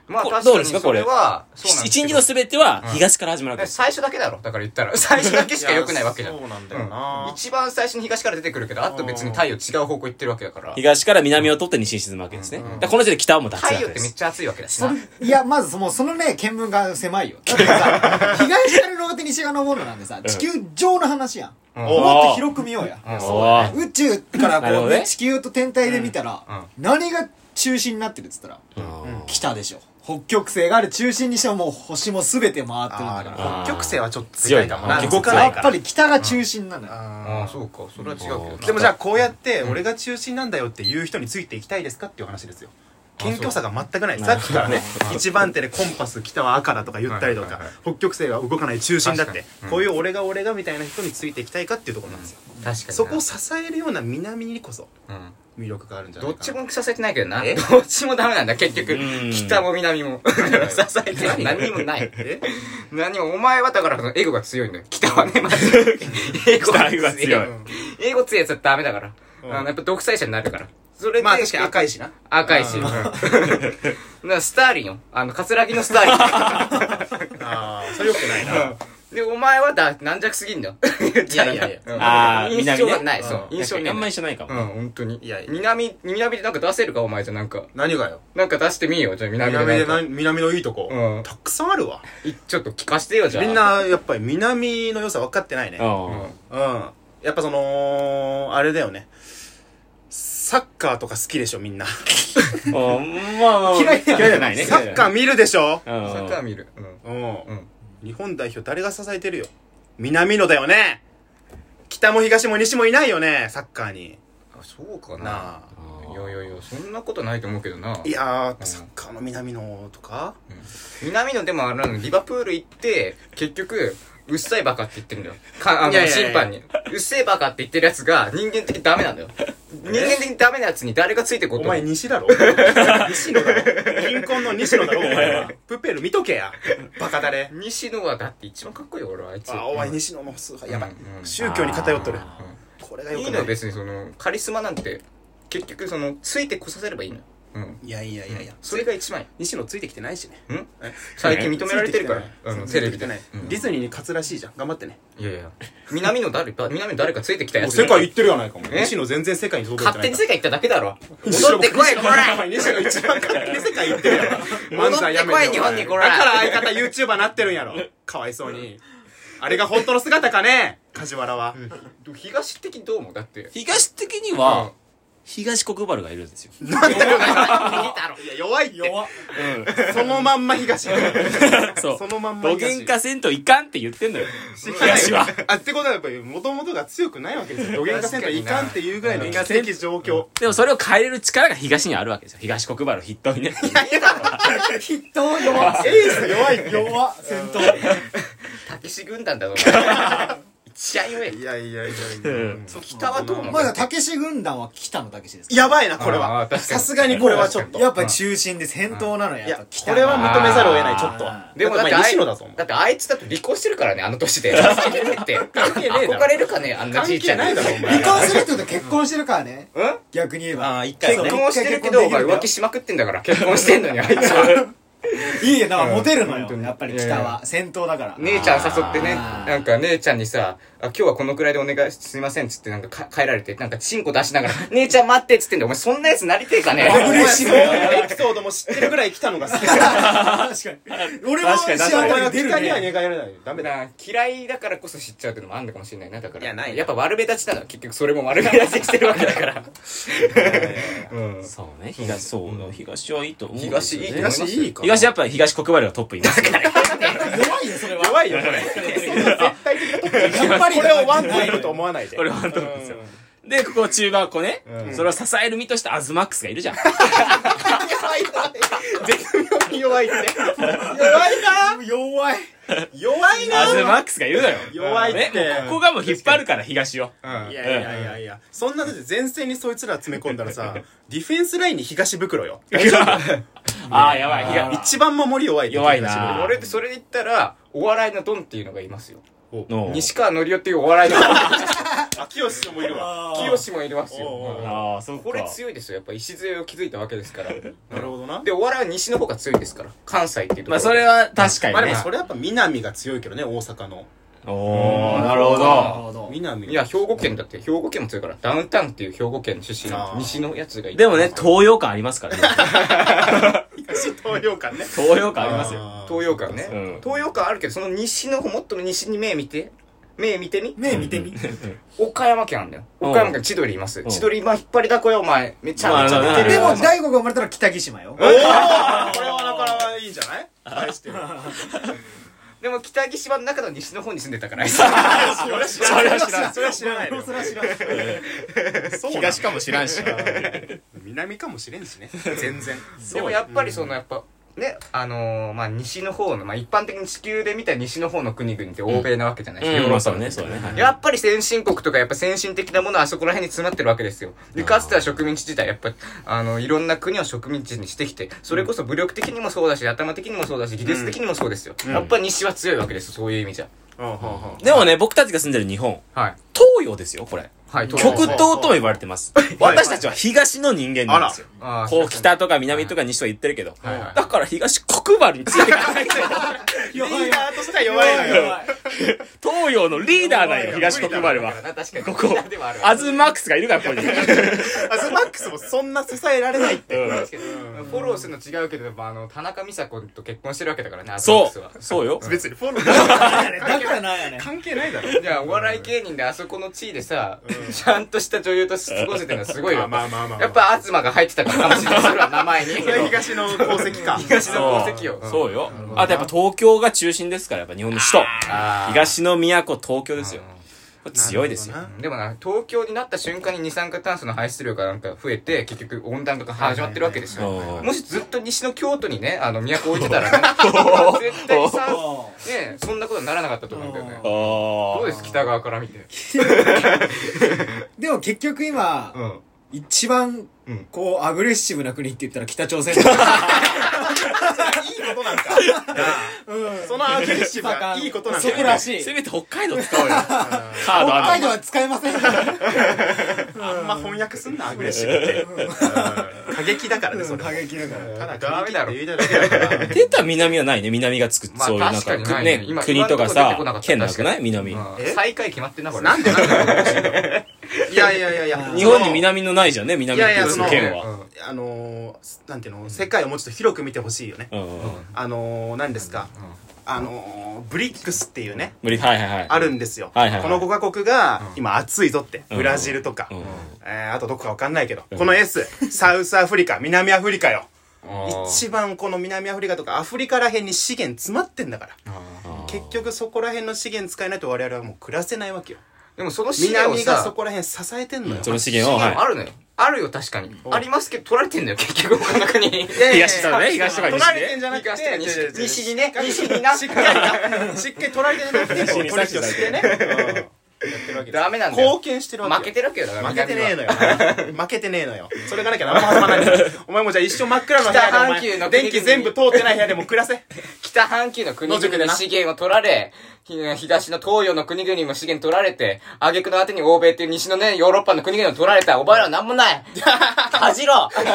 [SPEAKER 1] まあ
[SPEAKER 3] こ
[SPEAKER 1] 確
[SPEAKER 3] どう
[SPEAKER 1] か
[SPEAKER 3] で
[SPEAKER 1] に
[SPEAKER 3] すか
[SPEAKER 1] それはそうなんですけ
[SPEAKER 3] 一
[SPEAKER 1] ど
[SPEAKER 3] 日の全ては東から始まるわけ
[SPEAKER 1] え
[SPEAKER 3] です
[SPEAKER 1] 最初だけだろだから言ったら最初だけしか良くないわけじゃん
[SPEAKER 2] やそうなんだよ
[SPEAKER 1] うん
[SPEAKER 2] な、
[SPEAKER 1] 一番最初に東から出てくるけどあと別に太陽違う方向行ってるわけだから
[SPEAKER 3] 東から南を取って西に沈むわけですね。だからこの時点で北はもう脱落
[SPEAKER 1] 太陽っ
[SPEAKER 3] で
[SPEAKER 1] てめっ
[SPEAKER 3] す。
[SPEAKER 1] ちゃ暑いわけだし
[SPEAKER 4] そ
[SPEAKER 1] な
[SPEAKER 4] れいや、まずその、そのね、見聞が狭いよ。だって さ、東から登って西が登るのなんでさ、地球上の話やん。
[SPEAKER 1] うん
[SPEAKER 2] お
[SPEAKER 4] もっと広く見ようや。
[SPEAKER 1] うん
[SPEAKER 3] そうだね
[SPEAKER 4] 宇宙から
[SPEAKER 3] なるほど
[SPEAKER 4] こう
[SPEAKER 3] ね
[SPEAKER 4] ね、地球と天体で見た
[SPEAKER 1] うんう
[SPEAKER 4] ら
[SPEAKER 1] ん、
[SPEAKER 4] 何が中心になってるっつったら、
[SPEAKER 3] うん
[SPEAKER 4] 北でしょ。北極星がある中心にしてはもう星も全て回ってるんだから。
[SPEAKER 3] あー
[SPEAKER 2] あー北極星はちょっと強いかもな
[SPEAKER 3] 強いな
[SPEAKER 2] 動かな
[SPEAKER 4] や
[SPEAKER 2] い
[SPEAKER 4] っ
[SPEAKER 2] か
[SPEAKER 4] ぱ
[SPEAKER 2] ら
[SPEAKER 4] り北が中心なのよ。
[SPEAKER 1] あ
[SPEAKER 2] あ
[SPEAKER 1] あそうかそれは違うけど
[SPEAKER 2] ー
[SPEAKER 1] な
[SPEAKER 2] でもじゃあこうやって俺が中心なんだよっていう人についていきたいですかっていう話ですよ謙虚さが全くないさっきからね一番手でコンパス北は赤だとか言ったりと
[SPEAKER 1] はい
[SPEAKER 2] か
[SPEAKER 1] はいはい
[SPEAKER 2] 北極星は動かない中心だっ
[SPEAKER 1] 確
[SPEAKER 2] て
[SPEAKER 1] かにうん
[SPEAKER 2] こういう俺が俺がみたいな人についていきたいかっていうところなんですよ
[SPEAKER 1] 確かにな
[SPEAKER 2] そこを支えるような南にこそ
[SPEAKER 1] うん
[SPEAKER 2] 魅力があるんじゃな
[SPEAKER 1] ど
[SPEAKER 2] い
[SPEAKER 1] っ
[SPEAKER 2] か
[SPEAKER 1] ち
[SPEAKER 2] な
[SPEAKER 1] も支えてないけどなどっちもダメなんだ結局
[SPEAKER 3] うん
[SPEAKER 1] 北も南も 支えてない何もない
[SPEAKER 2] え
[SPEAKER 1] 何もお前はだからそのエゴが強いんだよ北はねまず エゴ
[SPEAKER 3] 北が強い。
[SPEAKER 1] 英語強いやつはダメだから。
[SPEAKER 2] うん
[SPEAKER 1] あのやっぱ独裁者になるから。それで、
[SPEAKER 2] まあ確かに赤いしな
[SPEAKER 1] 赤いし。うん
[SPEAKER 2] う
[SPEAKER 1] んだからスターリンよ。あの、カツラギのスター
[SPEAKER 2] ああそれよくない な
[SPEAKER 1] リン。で、お前はだ、軟弱すぎんだよ。い
[SPEAKER 2] やいやいや
[SPEAKER 3] あー
[SPEAKER 1] 印象がない。
[SPEAKER 2] 南ね
[SPEAKER 1] そう。
[SPEAKER 2] うん
[SPEAKER 1] 印象
[SPEAKER 3] あんま
[SPEAKER 1] ね。
[SPEAKER 3] り一緒ないか
[SPEAKER 1] う
[SPEAKER 3] も。
[SPEAKER 1] ん、本当に。
[SPEAKER 2] いやいや
[SPEAKER 1] 南、南でなんか出せるか、お前じゃなんか。
[SPEAKER 2] 何がよ
[SPEAKER 1] なんか出してみよう。じゃあ南で
[SPEAKER 2] 南
[SPEAKER 1] な
[SPEAKER 2] で
[SPEAKER 1] んか
[SPEAKER 2] な南のいいとこ
[SPEAKER 1] うん
[SPEAKER 2] たくさんあるわ
[SPEAKER 1] いちょっと聞かせてよ、じゃあ。
[SPEAKER 2] みん、なやっぱり南の良さ分かってないね
[SPEAKER 1] う
[SPEAKER 3] うんん。。
[SPEAKER 2] うんやっぱそのあれだよねサッカーとか好きでしょみんな
[SPEAKER 3] うんまあまあ、
[SPEAKER 4] 嫌いじゃない
[SPEAKER 3] じゃないね。
[SPEAKER 2] サッカー見るでしょ
[SPEAKER 3] ー
[SPEAKER 1] サッカー
[SPEAKER 3] うん。
[SPEAKER 1] 見る。うん。
[SPEAKER 2] うん、
[SPEAKER 1] うん。
[SPEAKER 2] 日本代表誰が支えてるよ南野だよね北も東も西もいないよねサッカーに
[SPEAKER 1] あ、そうかな。
[SPEAKER 2] なあ
[SPEAKER 1] いやいやいや、そんなことないと思うけどな。
[SPEAKER 2] いや
[SPEAKER 1] う
[SPEAKER 2] ー
[SPEAKER 1] ん
[SPEAKER 2] サッカーの南野とか
[SPEAKER 1] 南野でもあれなのリバプール行って結局うっさいバカって言ってるんだよかあの
[SPEAKER 2] いやいやいや
[SPEAKER 1] 審判にうっせえバカって言ってるやつが人間的にダメなんだよ人間的にダメなやつに誰がついてこう
[SPEAKER 2] お
[SPEAKER 1] と思
[SPEAKER 2] 前
[SPEAKER 1] う
[SPEAKER 2] 西 だろ西野だろ貧困の西野だろお前はプペル見とけやバカだれ
[SPEAKER 1] 西野はだって一番かっこいいよ俺はあいつ
[SPEAKER 2] あお前
[SPEAKER 1] うん
[SPEAKER 2] 西野の崇拝やばい
[SPEAKER 1] うんうん
[SPEAKER 2] 宗教に偏っとる
[SPEAKER 3] あ
[SPEAKER 2] これが
[SPEAKER 1] うん
[SPEAKER 2] よ
[SPEAKER 1] い
[SPEAKER 2] く
[SPEAKER 1] いの
[SPEAKER 2] な
[SPEAKER 1] よ
[SPEAKER 2] い
[SPEAKER 1] 別にそのカリスマなんて結局そのついてこさせればいいのようん
[SPEAKER 2] いやいやいやいや
[SPEAKER 1] それが一番いい
[SPEAKER 2] 西野ついてきてないしね
[SPEAKER 1] ん最近認められてるからあのテレビで
[SPEAKER 2] ね
[SPEAKER 1] うん
[SPEAKER 2] ディズニーに勝つらしいじゃん頑張ってね
[SPEAKER 1] いやいや南野誰か南野誰かついてきたやつ
[SPEAKER 2] 行ってるやないかも
[SPEAKER 1] え
[SPEAKER 2] 西野全然世界に届いて
[SPEAKER 1] 勝
[SPEAKER 2] な
[SPEAKER 1] 手
[SPEAKER 2] い
[SPEAKER 1] に世界行
[SPEAKER 2] から
[SPEAKER 1] っただけだろ戻ってこいこら
[SPEAKER 2] 西野一番勝手に世界行ってるや ろ
[SPEAKER 1] 戻ってこい
[SPEAKER 2] ろ
[SPEAKER 1] 日本にこら
[SPEAKER 2] だから相方 YouTuber なってるんやろかわいそうにあれが本当の姿かね梶原は
[SPEAKER 1] 東的どうもだって
[SPEAKER 3] 東的には、東国原がいるんですよ。
[SPEAKER 1] だろ
[SPEAKER 2] いや弱いって
[SPEAKER 3] 弱
[SPEAKER 2] そのまん ま東
[SPEAKER 3] そう。
[SPEAKER 2] そのまんま
[SPEAKER 3] ど
[SPEAKER 2] 東
[SPEAKER 3] げんかせんといかんって言ってんのよ。東は。
[SPEAKER 2] あってことはやっぱり元々が強くないわけですよどげんかせんといかんっていうぐらいの危機的状況
[SPEAKER 3] でもそれを変えれる力が東にあるわけですよ。東国原を筆頭にね。
[SPEAKER 4] 筆頭弱
[SPEAKER 2] エース弱いって
[SPEAKER 4] 弱戦闘
[SPEAKER 1] たけし軍団だぞお前一合弱え
[SPEAKER 2] いやいやいやいや
[SPEAKER 3] うん
[SPEAKER 2] そう
[SPEAKER 1] 北はどう思う
[SPEAKER 4] まだたけし軍団は北野たけしですか
[SPEAKER 2] やばいなこれは
[SPEAKER 1] あー確かに
[SPEAKER 2] さすがにこれはちょっと
[SPEAKER 4] やっぱ中心です返答なの
[SPEAKER 2] い
[SPEAKER 4] やっ
[SPEAKER 2] や
[SPEAKER 4] ぱ北
[SPEAKER 2] こ
[SPEAKER 4] 野
[SPEAKER 2] れは認めざるを得ないちょっとは
[SPEAKER 1] でもだって
[SPEAKER 2] だ
[SPEAKER 1] あ
[SPEAKER 2] って
[SPEAKER 1] い
[SPEAKER 2] 西野だぞお前
[SPEAKER 1] だってあいつだって離婚してるからねあの年で関係ねえって憧れるかねあんなじいちゃんに
[SPEAKER 2] 関係ないだろお前
[SPEAKER 4] 離婚するってことは結婚してるからね
[SPEAKER 1] うん
[SPEAKER 4] 逆に言えば
[SPEAKER 3] あー一回
[SPEAKER 1] 結
[SPEAKER 3] ね
[SPEAKER 4] そう
[SPEAKER 1] 婚はしてるけどお前浮気しまくってんだから結婚してんのにあいつは
[SPEAKER 4] いいよだからモテるの
[SPEAKER 1] 本当
[SPEAKER 4] よ
[SPEAKER 1] に
[SPEAKER 4] やっぱり
[SPEAKER 1] いや
[SPEAKER 4] 北
[SPEAKER 1] いや
[SPEAKER 4] は戦闘だから
[SPEAKER 1] 姉ちゃん誘ってね
[SPEAKER 4] あー
[SPEAKER 1] なんか姉ちゃんにさあ今日はこのくらいでお願いしすいませんっつってなんかか帰られてなんかチンコ出しながら 姉ちゃん待ってっつってんだよお前そんなやつなりてえかね
[SPEAKER 2] お前そういうエピソードも知ってるぐらい来たのが好 きだ
[SPEAKER 4] 確かに俺も
[SPEAKER 3] 確かに
[SPEAKER 4] 試
[SPEAKER 2] お
[SPEAKER 4] 合
[SPEAKER 2] 前
[SPEAKER 4] から
[SPEAKER 2] は
[SPEAKER 4] 出る
[SPEAKER 2] 他には
[SPEAKER 4] ね
[SPEAKER 2] 願えられないよダメだよ
[SPEAKER 1] な嫌いだからこそ知っちゃうっていうのもあんのかもしれないなだから
[SPEAKER 2] いやないよ
[SPEAKER 1] やっぱ悪目立ちなの結局それも悪目立ちしてるわけだから うん
[SPEAKER 3] そうね。東、そう。東はいいと思う。
[SPEAKER 1] 東いいと思いますよ
[SPEAKER 2] 東いいか
[SPEAKER 3] 東やっぱ東国原がトップいます。
[SPEAKER 4] 弱いよそれは
[SPEAKER 2] 弱いよこれ絶対的なとこ
[SPEAKER 4] やっぱり
[SPEAKER 2] これをワンといると思わないで
[SPEAKER 3] これワントップですよ。で、ここ中学校ね。それを支える身としてアズマックスがいるじゃん。
[SPEAKER 2] 絶妙に弱いって弱いな
[SPEAKER 4] 弱い
[SPEAKER 2] 弱い
[SPEAKER 3] アズ
[SPEAKER 2] な
[SPEAKER 3] マックスがいるのよ。
[SPEAKER 2] 弱いって
[SPEAKER 3] ねもうここがもう引っ張るから、東を。
[SPEAKER 2] いやいやいやいやそんなだって前線にそいつら詰め込んだらさディフェンスラインに東袋よ
[SPEAKER 3] ああ、やばい。東
[SPEAKER 2] 一番守り弱いって
[SPEAKER 3] 弱いな
[SPEAKER 2] 東袋
[SPEAKER 1] 俺ってそれで言ったらお笑いのドンっていうのがいますよ
[SPEAKER 3] の
[SPEAKER 1] 西川のりおっていうお笑いのド ン
[SPEAKER 2] あ清志もいるわ
[SPEAKER 1] 清もいますよ
[SPEAKER 2] おうおう
[SPEAKER 1] うん
[SPEAKER 3] ああ、そっか。
[SPEAKER 1] これ強いですよやっぱ礎を築いたわけですから
[SPEAKER 2] なるほどな
[SPEAKER 1] でお笑いは西の方が強いですから関西っていうところ
[SPEAKER 3] まあ、それは確か
[SPEAKER 2] まあ
[SPEAKER 3] に
[SPEAKER 2] で
[SPEAKER 3] ね
[SPEAKER 2] も。それやっぱ南が強いけどね大阪の
[SPEAKER 3] おー、なるほ
[SPEAKER 4] なる
[SPEAKER 3] ど。
[SPEAKER 4] ほど
[SPEAKER 2] 南
[SPEAKER 1] いや兵庫県だって兵庫県も強いからダウンタウンっていう兵庫県出身
[SPEAKER 2] あ
[SPEAKER 1] の
[SPEAKER 2] ー
[SPEAKER 1] 西のやつがいる
[SPEAKER 3] でもね、東洋館ありますからね。
[SPEAKER 2] 東洋館ね
[SPEAKER 3] 東洋館ありますよ。
[SPEAKER 2] よ
[SPEAKER 1] 東洋館ね、
[SPEAKER 3] うん
[SPEAKER 1] 東洋館あるけどその西の方もっと西に目見て目見てみ
[SPEAKER 4] 目見てみ
[SPEAKER 1] 岡山県なんだよ
[SPEAKER 3] うん
[SPEAKER 1] 岡山県千鳥います
[SPEAKER 3] ん
[SPEAKER 1] 千鳥今引っ張りだこよお前めちゃめちゃ
[SPEAKER 3] まあ
[SPEAKER 1] 出てる
[SPEAKER 4] で
[SPEAKER 1] よ
[SPEAKER 4] も大悟が生まれたら北岸島よ
[SPEAKER 2] おおこれはなかなかいいんじゃない返してる
[SPEAKER 1] でも北岸島の中の西の方に住んでたから
[SPEAKER 3] それは知らん
[SPEAKER 2] それは知らないのよ
[SPEAKER 4] それは知らない
[SPEAKER 2] そうなの
[SPEAKER 3] 東かも知らんし。
[SPEAKER 2] 南かもしれんしね 全然
[SPEAKER 1] でもやっぱりそのやっぱねあのーまあ西の方のまあ一般的に地球で見た西の方の国々って欧米なわけじゃないですか、ヨーロ
[SPEAKER 3] うん、
[SPEAKER 1] ッパ
[SPEAKER 3] そ
[SPEAKER 1] の
[SPEAKER 3] うね、そうね。はい
[SPEAKER 1] やっぱり先進国とかやっぱ先進的なものはあそこら辺に詰まってるわけですよ。で、かつては植民地自体、やっぱ、あの、いろんな国を植民地にしてきて、それこそ武力的にもそうだし、頭的にもそうだし、技術的にもそうですよ。やっぱ西は強いわけですよ、そういう意味じゃ。
[SPEAKER 2] うんうんうん
[SPEAKER 3] でもね、僕たちが住んでる日本、
[SPEAKER 1] はい。
[SPEAKER 3] 東洋ですよ、これ。
[SPEAKER 1] はい、東
[SPEAKER 3] 極
[SPEAKER 1] 京
[SPEAKER 3] 東とも呼ばれてます。私たちは東の人間なんですよ。
[SPEAKER 1] あー
[SPEAKER 3] こう北とか南とか西とか言ってるけど。
[SPEAKER 1] はいはい
[SPEAKER 3] だから東国原についてかないと。
[SPEAKER 2] リーダーとしては弱いのよ
[SPEAKER 3] 東洋のリーダーなんよ、東国原は。
[SPEAKER 1] な確かに。
[SPEAKER 3] ここ
[SPEAKER 1] でもある、わ
[SPEAKER 3] アズマックスがいるから、ここに。
[SPEAKER 2] アズマックスもそんな支えられないって
[SPEAKER 1] 確かにフォローするの違うけど、まあ、あの、田中美佐子と結婚してるわけだからね、
[SPEAKER 3] そ
[SPEAKER 1] アトラック
[SPEAKER 3] う。
[SPEAKER 1] ス
[SPEAKER 3] そうよ。
[SPEAKER 2] 別にフォローだ
[SPEAKER 4] だからなんやねん
[SPEAKER 2] 関係ないだろ
[SPEAKER 1] は。じゃあ、お笑い芸人であそこの地位でさ、ちゃんとした女優と過ごせてるのはすごいよ。
[SPEAKER 2] まあまあまあ
[SPEAKER 1] やっぱ、東が入ってたからかもしれない。それは名前に。
[SPEAKER 2] これ東の功績か
[SPEAKER 1] 東の
[SPEAKER 3] そ
[SPEAKER 1] 功績を。
[SPEAKER 3] うそうよ。あとやっぱ東京が中心ですから、やっぱ日本の首都。
[SPEAKER 1] あー
[SPEAKER 3] 東の都、東京ですよ。これ強いですよ
[SPEAKER 2] な。る
[SPEAKER 1] でもな、東京になった瞬間に二酸化炭素の排出量がなんか増えて、結局温暖化が始まってるわけですよ。
[SPEAKER 3] うん
[SPEAKER 1] もしずっと西の京都にね、あの、都置いてたら ね、絶対さ、ね、そんなことにならなかったと思うんだよね。
[SPEAKER 3] あ
[SPEAKER 1] どう
[SPEAKER 3] ー
[SPEAKER 1] です、北側から見て。
[SPEAKER 4] でも結局今
[SPEAKER 1] うん。
[SPEAKER 4] 一番
[SPEAKER 1] うん
[SPEAKER 4] こうアグレッシブな国って言ったら北朝鮮
[SPEAKER 2] いいことなんか
[SPEAKER 4] うん
[SPEAKER 2] そのアグレッシブないいことなん
[SPEAKER 4] そ
[SPEAKER 2] だ
[SPEAKER 4] こら
[SPEAKER 2] よ
[SPEAKER 4] しい
[SPEAKER 3] せ
[SPEAKER 4] 北
[SPEAKER 3] めて北海道使おうよ。カードある
[SPEAKER 4] 海
[SPEAKER 3] の。
[SPEAKER 4] 道は使えません
[SPEAKER 2] あんま翻訳すんなアグレッシブって過激だからねそれ
[SPEAKER 4] 過激だから
[SPEAKER 2] ただ
[SPEAKER 1] ダ
[SPEAKER 2] 過
[SPEAKER 1] メ
[SPEAKER 2] 激
[SPEAKER 1] だ
[SPEAKER 2] っ
[SPEAKER 1] ろ
[SPEAKER 2] て言いたいだけだから
[SPEAKER 3] 出た南はないね。南がつく、
[SPEAKER 1] まあ
[SPEAKER 3] そういうなん
[SPEAKER 1] 確かに
[SPEAKER 3] か、
[SPEAKER 1] ないね
[SPEAKER 3] ね
[SPEAKER 1] 今、
[SPEAKER 3] 国とか
[SPEAKER 1] 今のとこ出てこなか
[SPEAKER 3] さ
[SPEAKER 1] っ、た
[SPEAKER 3] 県なくない南。
[SPEAKER 1] うん
[SPEAKER 2] え
[SPEAKER 1] 最下位決まってんな、これ。
[SPEAKER 2] なんでなんだろう いやいやいやいや
[SPEAKER 3] 日本に南のないじゃんね、南の
[SPEAKER 2] いやいや
[SPEAKER 3] 国
[SPEAKER 2] そ
[SPEAKER 3] の
[SPEAKER 2] の
[SPEAKER 3] 県
[SPEAKER 1] う
[SPEAKER 3] は。
[SPEAKER 1] ん
[SPEAKER 2] あのー、なんていうの世界をもうちょっと広く見てほしいよね、
[SPEAKER 3] うんうん。
[SPEAKER 2] あのー、何ですか、あのー、ブリックスっていうね
[SPEAKER 3] 無理、はいはいはい。
[SPEAKER 2] あるんですよ、
[SPEAKER 3] はいはいはい
[SPEAKER 2] この5カ国が
[SPEAKER 1] うん
[SPEAKER 2] 今熱いぞって、
[SPEAKER 3] うん
[SPEAKER 2] ブラジルとか、
[SPEAKER 3] うん
[SPEAKER 2] えーあとどこかわかんないけど、
[SPEAKER 3] うん
[SPEAKER 2] この S サウスアフリカ南アフリカよ
[SPEAKER 1] あー
[SPEAKER 2] 一番この南アフリカとかアフリカら辺に資源詰まってんだから
[SPEAKER 1] あー
[SPEAKER 2] 結局そこら辺の資源使えないと我々はもう暮らせないわけよ
[SPEAKER 1] でもその資源を
[SPEAKER 2] 南がそ
[SPEAKER 1] さ
[SPEAKER 2] こら辺支えてんのよ、
[SPEAKER 3] その資
[SPEAKER 1] 資
[SPEAKER 3] 源を、
[SPEAKER 1] 源
[SPEAKER 3] は
[SPEAKER 1] あるのよあるよ確かに
[SPEAKER 2] お
[SPEAKER 1] ありますけど取られてんだよ結局この中に
[SPEAKER 2] いやいやいや
[SPEAKER 3] 東とね東とか西ね
[SPEAKER 2] 取られてんじゃなくて
[SPEAKER 1] 東とか西
[SPEAKER 2] いやいやいや
[SPEAKER 1] 西にね
[SPEAKER 2] しっかり
[SPEAKER 1] 西にな
[SPEAKER 2] しっかりなしっかり取られてんじゃなくて
[SPEAKER 3] 西
[SPEAKER 2] こ
[SPEAKER 3] に
[SPEAKER 2] う
[SPEAKER 3] さっ
[SPEAKER 2] 取
[SPEAKER 3] きだ
[SPEAKER 2] 引を
[SPEAKER 3] け
[SPEAKER 2] してねうん
[SPEAKER 1] ダメなんだ
[SPEAKER 2] 貢
[SPEAKER 1] よ
[SPEAKER 2] 献してるわけよ
[SPEAKER 1] 負けてるわけよだから
[SPEAKER 2] 負けてねえの
[SPEAKER 1] よ
[SPEAKER 2] よ。負けてねえのよ。それがなきゃ何も始まらないんだよ。お前もじゃあ一生真っ暗の部
[SPEAKER 1] 北半
[SPEAKER 2] 屋で
[SPEAKER 1] 球
[SPEAKER 2] お
[SPEAKER 1] の国
[SPEAKER 2] 前、
[SPEAKER 1] 々に
[SPEAKER 2] 電気全部通ってない部屋でも暮らせ。
[SPEAKER 1] 北半球の国々の資源を取られひ東の東洋の国々も資源取られて挙句の果てに欧米っていう西のねヨーロッパの国々を取られたお前らは何も ない恥じろ
[SPEAKER 2] 違うよ。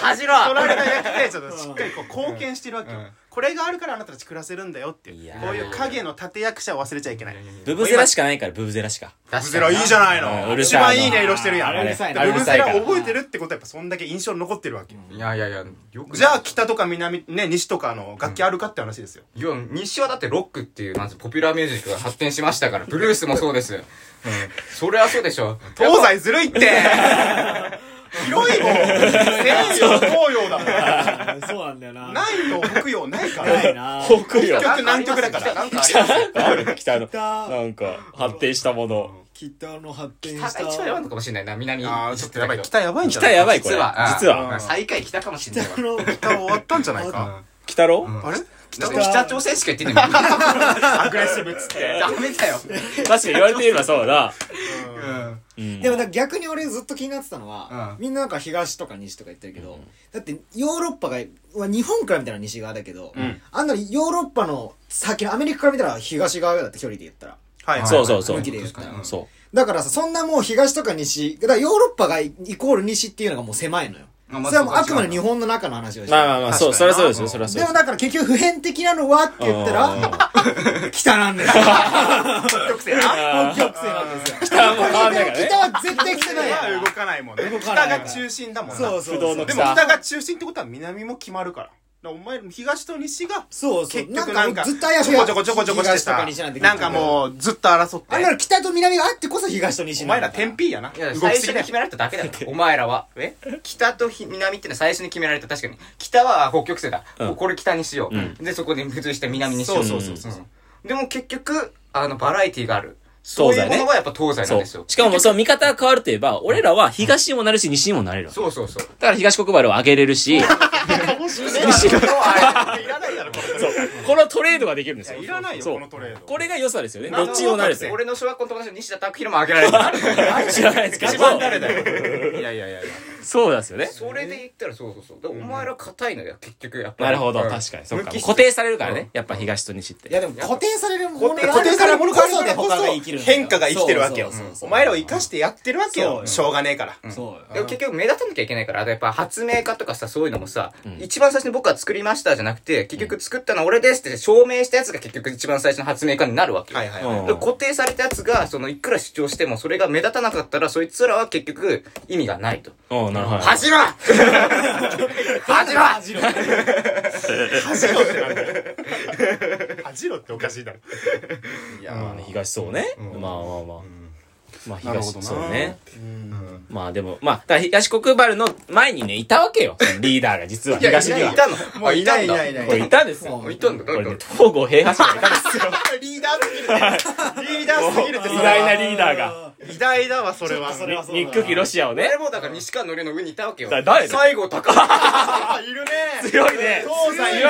[SPEAKER 1] 恥じろ
[SPEAKER 2] 取られたやつで、ちょっとしっかりこう貢献してるわけよ。これがあるからあなたたち暮らせるんだよっていう。こういう影の立役者を忘れちゃいけない。
[SPEAKER 3] い。ブブゼラしかないから、ブブゼラしか。
[SPEAKER 1] 確
[SPEAKER 2] ゼラいいじゃないの。
[SPEAKER 3] うんうる
[SPEAKER 2] 一
[SPEAKER 3] さい
[SPEAKER 2] 番いい音色してるやん。
[SPEAKER 4] あれうるさいな
[SPEAKER 2] だから
[SPEAKER 3] う
[SPEAKER 2] ブ
[SPEAKER 3] る
[SPEAKER 2] ブ
[SPEAKER 3] さ
[SPEAKER 2] ゼ
[SPEAKER 3] いか
[SPEAKER 2] ラ
[SPEAKER 3] ら
[SPEAKER 2] 覚えてるってことはやっぱそんだけ印象に残ってるわけよ。
[SPEAKER 1] いやいやいやよく
[SPEAKER 2] じゃあ北とか南、ね、西とかの楽器あるかって話ですよ。
[SPEAKER 1] いや、西はだってロックっていう、まずポピュラーミュージックが発展しましたから、ブルースもそうです。うん。それはそうでしょ。
[SPEAKER 2] 東西ずるいって広いもん西洋東洋だもん
[SPEAKER 4] そうなんだよな。
[SPEAKER 2] 南洋北洋ないか
[SPEAKER 4] な
[SPEAKER 2] ら
[SPEAKER 4] いな。
[SPEAKER 3] 北洋。
[SPEAKER 2] 北極南極だから
[SPEAKER 1] なんかあります
[SPEAKER 3] 北の、なんか、発展したもの。
[SPEAKER 4] 北の発展
[SPEAKER 1] 北
[SPEAKER 4] した。
[SPEAKER 1] が一番やばいのかもしれないな、南。
[SPEAKER 2] ああちょっとやばい北やばいんじゃな
[SPEAKER 3] 北
[SPEAKER 2] い
[SPEAKER 3] やばい、こ
[SPEAKER 1] 実
[SPEAKER 3] れ。
[SPEAKER 1] は、
[SPEAKER 3] 実は。
[SPEAKER 1] うん最下位北かもしれないわ。
[SPEAKER 4] 北の
[SPEAKER 2] 北終わったんじゃないか
[SPEAKER 3] 北郎
[SPEAKER 2] あれ
[SPEAKER 1] だって北朝鮮しか言ってないもん。
[SPEAKER 2] アグレッシブっつって
[SPEAKER 1] ダメだよ。
[SPEAKER 3] 確かに言われてみればそうだな。
[SPEAKER 1] うん。
[SPEAKER 3] うん
[SPEAKER 4] でもなんか逆に俺ずっと気になってたのは、
[SPEAKER 1] う
[SPEAKER 4] みんななんか東とか西とか言ってるけど、だってヨーロッパがは日本から見たら西側だけど、
[SPEAKER 2] ん
[SPEAKER 4] あんなにヨーロッパの先のアメリカから見たら東側だって距離で言ったら
[SPEAKER 2] はいはい
[SPEAKER 3] そうそうそう
[SPEAKER 4] 向きで言ったら
[SPEAKER 1] うん
[SPEAKER 3] そ
[SPEAKER 4] だからさそんなもう東とか西だからヨーロッパがイコール西っていうのがもう狭いのよ、
[SPEAKER 1] あまあ
[SPEAKER 4] それはもう
[SPEAKER 1] そ
[SPEAKER 4] あ
[SPEAKER 1] うか
[SPEAKER 4] くまで日本の中の話を
[SPEAKER 3] う。
[SPEAKER 4] して、
[SPEAKER 3] まあまあまあ、そう、
[SPEAKER 2] 確
[SPEAKER 3] そり
[SPEAKER 2] か
[SPEAKER 3] ゃそ
[SPEAKER 2] にな
[SPEAKER 3] うですよ、そりゃそうで
[SPEAKER 4] でも
[SPEAKER 3] す。
[SPEAKER 4] だから結局普遍的なのはって言ったら北なんですよ
[SPEAKER 2] 北極星な
[SPEAKER 4] 本極性なんですよ
[SPEAKER 3] 北はもう変わんないからね
[SPEAKER 4] 北。は絶対来てない
[SPEAKER 2] は動かないもんね
[SPEAKER 4] 動か
[SPEAKER 2] 北
[SPEAKER 4] ないから
[SPEAKER 2] が中心だもんな
[SPEAKER 4] そうそう
[SPEAKER 3] 不
[SPEAKER 4] そ
[SPEAKER 3] 動
[SPEAKER 4] う
[SPEAKER 3] の
[SPEAKER 2] でも北が中心ってことは南も決まるからだからお前東と西が
[SPEAKER 4] そうそう
[SPEAKER 2] 結局なんか
[SPEAKER 4] ずっと怪し
[SPEAKER 2] ち
[SPEAKER 4] い
[SPEAKER 2] ょこちょこちょこちょこして
[SPEAKER 4] 東とか
[SPEAKER 2] さ
[SPEAKER 4] 西なんて
[SPEAKER 2] なんかもうずっと争って
[SPEAKER 4] あれなら北と南があってこそ東と
[SPEAKER 2] お
[SPEAKER 4] 西なん
[SPEAKER 2] 前
[SPEAKER 4] だ
[SPEAKER 2] ら
[SPEAKER 4] から
[SPEAKER 2] 天秤やない
[SPEAKER 1] や、
[SPEAKER 2] 動
[SPEAKER 1] 最
[SPEAKER 2] き
[SPEAKER 1] 初に
[SPEAKER 2] すぎだよ
[SPEAKER 1] 決められただけだよ。お前らは。え 北とひ南ってのは最初に決められた。確かに。北は北極星だ。
[SPEAKER 3] うん
[SPEAKER 1] これ北にしよう。
[SPEAKER 3] うん
[SPEAKER 1] で、そこで付随して南にしよう。
[SPEAKER 2] そうそうそうそう
[SPEAKER 1] うんでも結局、あの、バラエティがある。そう
[SPEAKER 3] 東西ね
[SPEAKER 1] いうものはやっぱ東西なん
[SPEAKER 3] そ
[SPEAKER 1] ですよ
[SPEAKER 3] う。。しかも、その見方が変わるといえば、俺らは東にもなるし、西にもなれるわけ。
[SPEAKER 1] そうそうそう。
[SPEAKER 3] だから東国原を上げれるし、
[SPEAKER 2] いらないだろこれ
[SPEAKER 3] そう。このトレードができるんですよ。
[SPEAKER 2] いらないよ
[SPEAKER 3] そう
[SPEAKER 2] このトレード
[SPEAKER 3] これが良さですよね。どっちにもなるんですよ。
[SPEAKER 1] 俺の小学校の友達の西田拓弘も挙げられた。
[SPEAKER 3] 知らないですけど。
[SPEAKER 2] 一番誰だよいやいやいやいや
[SPEAKER 3] そうなんですよね。
[SPEAKER 1] それで言ったらそうそうそう。でお前ら硬いのよ、結局。やっぱり
[SPEAKER 3] なるほど、
[SPEAKER 1] うん
[SPEAKER 3] 確かに。そうか。
[SPEAKER 1] 無機質
[SPEAKER 3] 固定されるからね。やっぱ東と西っ
[SPEAKER 4] いや
[SPEAKER 3] て。
[SPEAKER 4] でも固定されるもの
[SPEAKER 2] 固定されるもの
[SPEAKER 4] こ
[SPEAKER 2] こ
[SPEAKER 4] そ
[SPEAKER 2] そ
[SPEAKER 4] で
[SPEAKER 2] で
[SPEAKER 4] 他が
[SPEAKER 2] こ
[SPEAKER 4] 生きる
[SPEAKER 2] そ
[SPEAKER 4] んだよ
[SPEAKER 2] 変化が生きてるわけよ
[SPEAKER 4] そうそうそう
[SPEAKER 2] お前らを生かしてやってるわけ
[SPEAKER 4] そうよ
[SPEAKER 2] よしょうがねえから
[SPEAKER 4] そうよ
[SPEAKER 1] でも結局目立たなきゃいけないから、あとやっぱ発明家とかさ、そういうのもさ、
[SPEAKER 3] ん
[SPEAKER 1] 一番最初に僕は作りましたじゃなくて、結局作ったのは俺ですって証明したやつが結局一番最初の発明家になるわけ。
[SPEAKER 2] はいはい
[SPEAKER 3] うん
[SPEAKER 2] は
[SPEAKER 1] で固定されたやつが、その、いくら主張しても、それが目立たなかったら、そいつらは結局、意味がないと。
[SPEAKER 3] うん、なるほど。
[SPEAKER 1] 恥じろ恥じろ
[SPEAKER 4] じろい
[SPEAKER 2] い恥じろってなんだよ 恥じろっておかしいだろいや
[SPEAKER 3] まあね東そうね。まあまあまあ。まあ
[SPEAKER 2] なるほど
[SPEAKER 3] 東、
[SPEAKER 2] な
[SPEAKER 3] そうね。まあでも、まあ、だから東国原の前にね、いたわけよ。そのリーダーが実は。
[SPEAKER 1] いや、
[SPEAKER 3] 東に
[SPEAKER 1] い
[SPEAKER 3] は。
[SPEAKER 1] たの。
[SPEAKER 2] もういないいないいない
[SPEAKER 3] これいたんです
[SPEAKER 1] あ
[SPEAKER 3] よ。
[SPEAKER 1] いたんだ。
[SPEAKER 3] こ
[SPEAKER 1] なん
[SPEAKER 3] れね
[SPEAKER 1] か、
[SPEAKER 3] 東郷平八郎がいたんで すよ。
[SPEAKER 2] リーダーすぎるねリーダーすぎるってそ
[SPEAKER 3] 偉
[SPEAKER 2] れ
[SPEAKER 3] 大な
[SPEAKER 2] は
[SPEAKER 3] リーダーが。
[SPEAKER 2] 偉大だわそれは
[SPEAKER 4] それはそうだな
[SPEAKER 3] ニックキロシアをね
[SPEAKER 1] 誰。もだから西川のりの上にいたわけよ。
[SPEAKER 3] だ誰だ
[SPEAKER 1] 最後、高橋
[SPEAKER 2] あいるね
[SPEAKER 3] 強いね。
[SPEAKER 2] 東西いる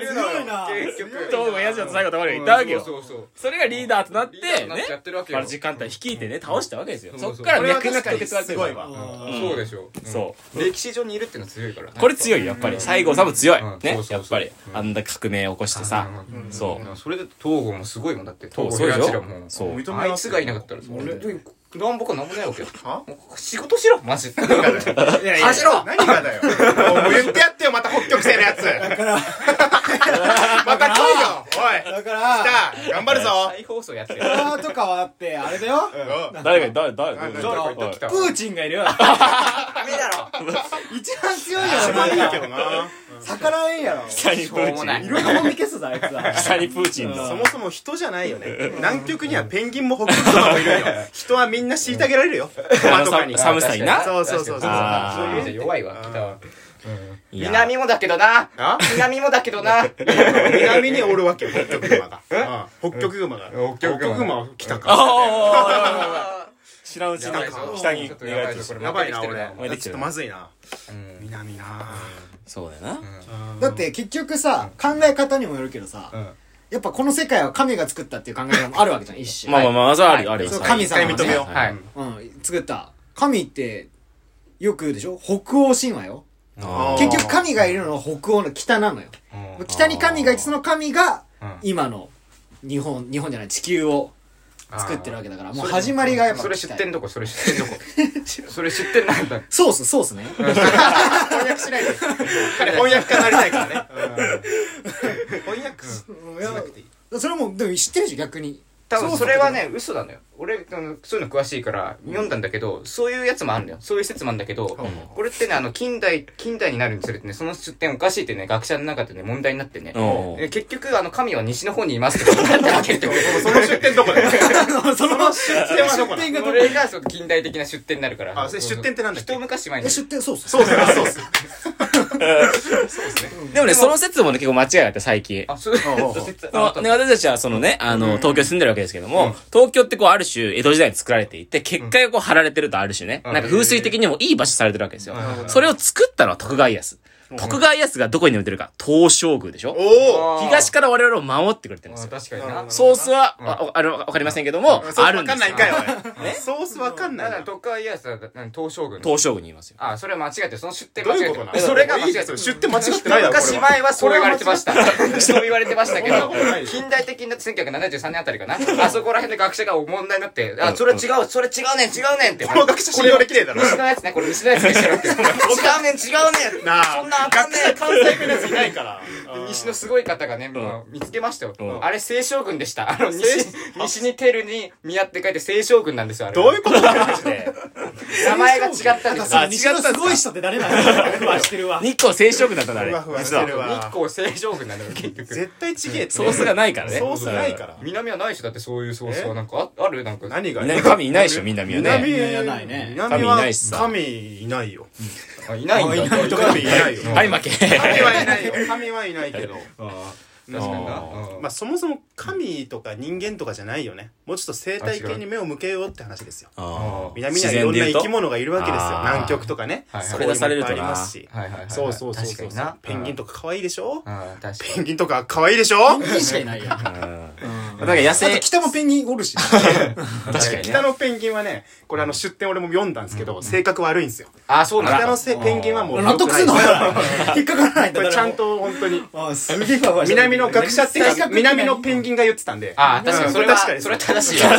[SPEAKER 2] ね
[SPEAKER 4] 強いな
[SPEAKER 1] 結局。
[SPEAKER 3] 東郷平八郎と最後とまでいたわけよ。
[SPEAKER 1] そうそうそう。
[SPEAKER 3] それがリーダーとなって、
[SPEAKER 1] リーダーになっちゃ
[SPEAKER 3] ね
[SPEAKER 1] っ。てるわけ
[SPEAKER 3] バ
[SPEAKER 1] よ。
[SPEAKER 3] ルチ艦隊率いてね、倒したわけですよ。
[SPEAKER 1] そうそ
[SPEAKER 3] そうっから
[SPEAKER 2] これは
[SPEAKER 3] 脈
[SPEAKER 2] 確
[SPEAKER 3] 々
[SPEAKER 2] か
[SPEAKER 3] と
[SPEAKER 2] に
[SPEAKER 3] 結わ
[SPEAKER 2] すごいわ
[SPEAKER 1] そうでしょ。うん
[SPEAKER 3] そう。
[SPEAKER 1] 歴史上にいるってのは強いから。
[SPEAKER 3] これ強いよやっぱり西郷さんも強い
[SPEAKER 1] うんそう
[SPEAKER 3] ね
[SPEAKER 1] そうそう
[SPEAKER 3] やっぱりあんな革命を起こしてさ
[SPEAKER 1] うん
[SPEAKER 3] そ
[SPEAKER 1] うんそれで東郷もすごいもんだって。
[SPEAKER 3] そう
[SPEAKER 1] 東郷
[SPEAKER 3] そうでし
[SPEAKER 1] 平八郎
[SPEAKER 3] ょ
[SPEAKER 1] も。
[SPEAKER 3] そう
[SPEAKER 2] 認め
[SPEAKER 1] あい
[SPEAKER 2] ま
[SPEAKER 1] つ
[SPEAKER 2] す
[SPEAKER 1] がいなかったら、俺、なんぼかなんもないわけよ。
[SPEAKER 2] は
[SPEAKER 1] 仕事しろマジで。
[SPEAKER 4] やいや
[SPEAKER 1] 走ろ
[SPEAKER 2] 何がだよ。もう言ってやってよ、また北極星のやつ。また来いよ。だから頑張るぞ
[SPEAKER 1] 再放送やってる
[SPEAKER 4] あーとかはあって、あれだよ。
[SPEAKER 3] 誰が、誰、
[SPEAKER 1] 誰
[SPEAKER 3] 誰、
[SPEAKER 2] 誰
[SPEAKER 1] か言ってきた
[SPEAKER 4] プーチンがいるよ。
[SPEAKER 1] ダメだろ
[SPEAKER 4] 一番強い
[SPEAKER 2] 一番いい
[SPEAKER 4] や
[SPEAKER 2] けどな
[SPEAKER 4] ろ。逆らえんやろ。
[SPEAKER 3] 下にプ
[SPEAKER 1] しょう
[SPEAKER 3] ー
[SPEAKER 1] も
[SPEAKER 3] チ
[SPEAKER 1] な
[SPEAKER 3] ン。
[SPEAKER 1] い
[SPEAKER 4] いろいろもみ消すぞ、あいつは。
[SPEAKER 3] 下にプーチンだ。
[SPEAKER 2] そもそも人じゃないよね南極にはペンギンも北極とかもいるよ人はみんな虐げられるよ熊とかに
[SPEAKER 3] あの寒さにな
[SPEAKER 2] そうそうそうそう
[SPEAKER 3] あ
[SPEAKER 1] そう
[SPEAKER 3] ー
[SPEAKER 1] いう意味じゃ弱いわ北は
[SPEAKER 3] いや
[SPEAKER 1] 南もだけどな
[SPEAKER 2] あ
[SPEAKER 1] 南もだけどな
[SPEAKER 2] 南におるわけよ北極熊がうん北極熊が
[SPEAKER 1] うん北極熊
[SPEAKER 2] は北
[SPEAKER 3] あ
[SPEAKER 2] か
[SPEAKER 3] あ知らんうちに下に願いとして
[SPEAKER 1] これ
[SPEAKER 2] やばいな俺
[SPEAKER 3] お前でき
[SPEAKER 2] ち
[SPEAKER 3] てる
[SPEAKER 2] ょっと
[SPEAKER 3] な
[SPEAKER 2] まずいな南な
[SPEAKER 3] そうだよな。
[SPEAKER 4] だって結局さ、考え方にもよるけどさ、
[SPEAKER 1] ん
[SPEAKER 4] やっぱこの世界は神が作ったっていう考え方もあるわけじゃん、一種。
[SPEAKER 3] まあまあまあ、それはあるよ、あるよ。
[SPEAKER 4] そう神
[SPEAKER 2] 一回
[SPEAKER 4] 様
[SPEAKER 2] 認めよう
[SPEAKER 1] は
[SPEAKER 3] う
[SPEAKER 1] い
[SPEAKER 3] ん
[SPEAKER 4] うん、作った。神って、よく言うでしょ北欧神話よ。
[SPEAKER 3] あー
[SPEAKER 4] 結局神がいるのは北欧の北なのよ。北に神がいて、その神が
[SPEAKER 1] うん、
[SPEAKER 4] 今の日本、日本じゃない、地球を作ってるわけだから、もう始まりがやっぱ
[SPEAKER 1] そ
[SPEAKER 4] 北
[SPEAKER 1] れ知ってんとこそれ知ってんとこそれ知ってんなんだ
[SPEAKER 4] ソース、ソ ースね。
[SPEAKER 2] 翻訳しないで 翻訳家になりたいからねうん翻訳し
[SPEAKER 4] いや
[SPEAKER 2] なくていい
[SPEAKER 4] それも、でも知ってるじゃん、逆に。
[SPEAKER 1] 多分それはね嘘なのよ俺あのそういうの詳しいから読んだんだけどそういうやつもあるのよそういう説もあるんだけどこれってねあの近代近代になるにつれてねその出典おかしいってね学者の中でね問題になってね
[SPEAKER 3] おー
[SPEAKER 1] え結局あの神は西の方にいますってことに なったわけってこと
[SPEAKER 2] その出店どこだよ
[SPEAKER 4] その出
[SPEAKER 2] 典はどこなの
[SPEAKER 4] 典がど
[SPEAKER 1] そ
[SPEAKER 4] こ
[SPEAKER 1] れがそう近代的な出典になるから
[SPEAKER 2] あそれ出典ってなんだっけ
[SPEAKER 1] 一昔前に
[SPEAKER 4] え、出典、ソース。
[SPEAKER 2] そうですねそうですね
[SPEAKER 3] でもね、その説もね、結構間違いがあって、最近。
[SPEAKER 1] あそう
[SPEAKER 4] おう
[SPEAKER 1] そう説
[SPEAKER 3] そのね、私たちはそのね、あの、東京住んでるわけですけども、東京ってこう、ある種、江戸時代に作られていて、結界がこう、張られてるとある種ね、
[SPEAKER 1] うん
[SPEAKER 3] なんか風水的にもいい場所されてるわけですよ
[SPEAKER 1] はいはいは。い
[SPEAKER 3] それを作ったのは徳川家康。徳川家康がどこに置いてるか、東照宮でしょ
[SPEAKER 2] おお
[SPEAKER 3] 東から我々を守ってくれてるんです
[SPEAKER 1] あ
[SPEAKER 3] よ。
[SPEAKER 1] 確かにな
[SPEAKER 2] うん
[SPEAKER 3] ソースは、ああの、わかりませんけども、あるんですよ。
[SPEAKER 2] ソースわかんないんかいおいソースわかんな
[SPEAKER 1] た
[SPEAKER 2] い
[SPEAKER 1] だ
[SPEAKER 2] な
[SPEAKER 1] 徳川家康は何東照宮の
[SPEAKER 3] 東照宮にいますよ。
[SPEAKER 1] あそれは間違えてるその出典
[SPEAKER 2] どう
[SPEAKER 1] 間
[SPEAKER 2] い
[SPEAKER 1] 違え
[SPEAKER 2] う
[SPEAKER 1] て
[SPEAKER 2] こと
[SPEAKER 1] る
[SPEAKER 2] なの
[SPEAKER 1] それが間違え
[SPEAKER 2] いい
[SPEAKER 1] て
[SPEAKER 2] で
[SPEAKER 1] る
[SPEAKER 2] すよ出典間違ってないだろこれ
[SPEAKER 1] 昔前はそう言われてました。 そう言われてましたけ
[SPEAKER 2] そ
[SPEAKER 1] ど
[SPEAKER 2] んなことないで、しょ
[SPEAKER 1] 近代的な1973年あたりかな。あそこら辺で学者が問題になって、あ、それ違う、それ違うねん、違うねんって。
[SPEAKER 2] この学者信用できねえだろ
[SPEAKER 1] 西のやつね、これ西のやつでし ょって。違うねん、違うねん。
[SPEAKER 2] なあ
[SPEAKER 1] そんなあかんねん。
[SPEAKER 2] 関西弁のやついないから
[SPEAKER 1] 西のすごい方がね、もう見つけましたよ。
[SPEAKER 3] ん
[SPEAKER 1] あれ、清少軍でした。あの、西、西にテルに宮って書いて清少軍なんですよ、あれ。
[SPEAKER 2] どういうことだよマジで
[SPEAKER 1] 名前が違ったんですよ。
[SPEAKER 4] あ、西のすごい人って誰 なのふわしてる わ。
[SPEAKER 3] 日光清照宮だったんだ、あれ。
[SPEAKER 2] ふわふわしてる
[SPEAKER 1] 日
[SPEAKER 2] わ
[SPEAKER 1] 光清少軍なんだよ、結局。
[SPEAKER 2] 絶対ちげえって
[SPEAKER 3] ソースがないからね。
[SPEAKER 2] ソースないから
[SPEAKER 1] 南はないでしょだってそういうソースはなんかああるなんか。
[SPEAKER 2] 何が
[SPEAKER 3] みんな神いないでしょ、みんなみんな
[SPEAKER 2] 南
[SPEAKER 3] ね。
[SPEAKER 4] いやないね
[SPEAKER 2] 南
[SPEAKER 3] 神いない
[SPEAKER 2] は
[SPEAKER 3] しさ
[SPEAKER 2] 神いないよ
[SPEAKER 1] あいないんだ。
[SPEAKER 4] あいないと
[SPEAKER 2] 神いないよ
[SPEAKER 3] はい、負け。
[SPEAKER 2] 神はいないよ神はいないけど
[SPEAKER 1] あー確かにな
[SPEAKER 3] あー
[SPEAKER 1] うん
[SPEAKER 2] まあそもそも神とか人間とかじゃないよねもうちょっと生態系に目を向けようって話ですよ
[SPEAKER 3] あー
[SPEAKER 2] 南にはいろんな生き物がいるわけですよ
[SPEAKER 3] あー
[SPEAKER 2] 南極とかね
[SPEAKER 1] はいはい
[SPEAKER 2] そういうのいっぱいありますし
[SPEAKER 1] はいはいはいはい
[SPEAKER 2] そうそうそう
[SPEAKER 1] 確
[SPEAKER 2] そ
[SPEAKER 1] か
[SPEAKER 2] う
[SPEAKER 1] にな
[SPEAKER 2] ペンギンとか可愛いでしょ
[SPEAKER 1] ああ確か
[SPEAKER 2] ペンギンとか可愛いでしょ
[SPEAKER 4] ペンギンしかいないよ。あ
[SPEAKER 3] うんなんか野
[SPEAKER 4] と
[SPEAKER 3] 生、
[SPEAKER 4] 北もペンギンおるし。
[SPEAKER 3] 確かに
[SPEAKER 2] 北
[SPEAKER 3] ね。
[SPEAKER 2] のペンギンはねこれあの出典俺も読んだんですけど性格悪いんですよ
[SPEAKER 1] ああそうなん
[SPEAKER 2] 北
[SPEAKER 1] だ
[SPEAKER 2] のせペンギンはもう
[SPEAKER 4] 納得すんの
[SPEAKER 2] 良くない
[SPEAKER 4] 引っかからないん
[SPEAKER 2] こ
[SPEAKER 4] だ
[SPEAKER 2] れちゃん
[SPEAKER 4] と。
[SPEAKER 2] と本当に
[SPEAKER 4] あ、すげえわわしてる
[SPEAKER 2] 南の学者っていうか南のペンギンが言ってたんで
[SPEAKER 1] ああ確かにそれは
[SPEAKER 2] うん確かに
[SPEAKER 1] それは正しいわ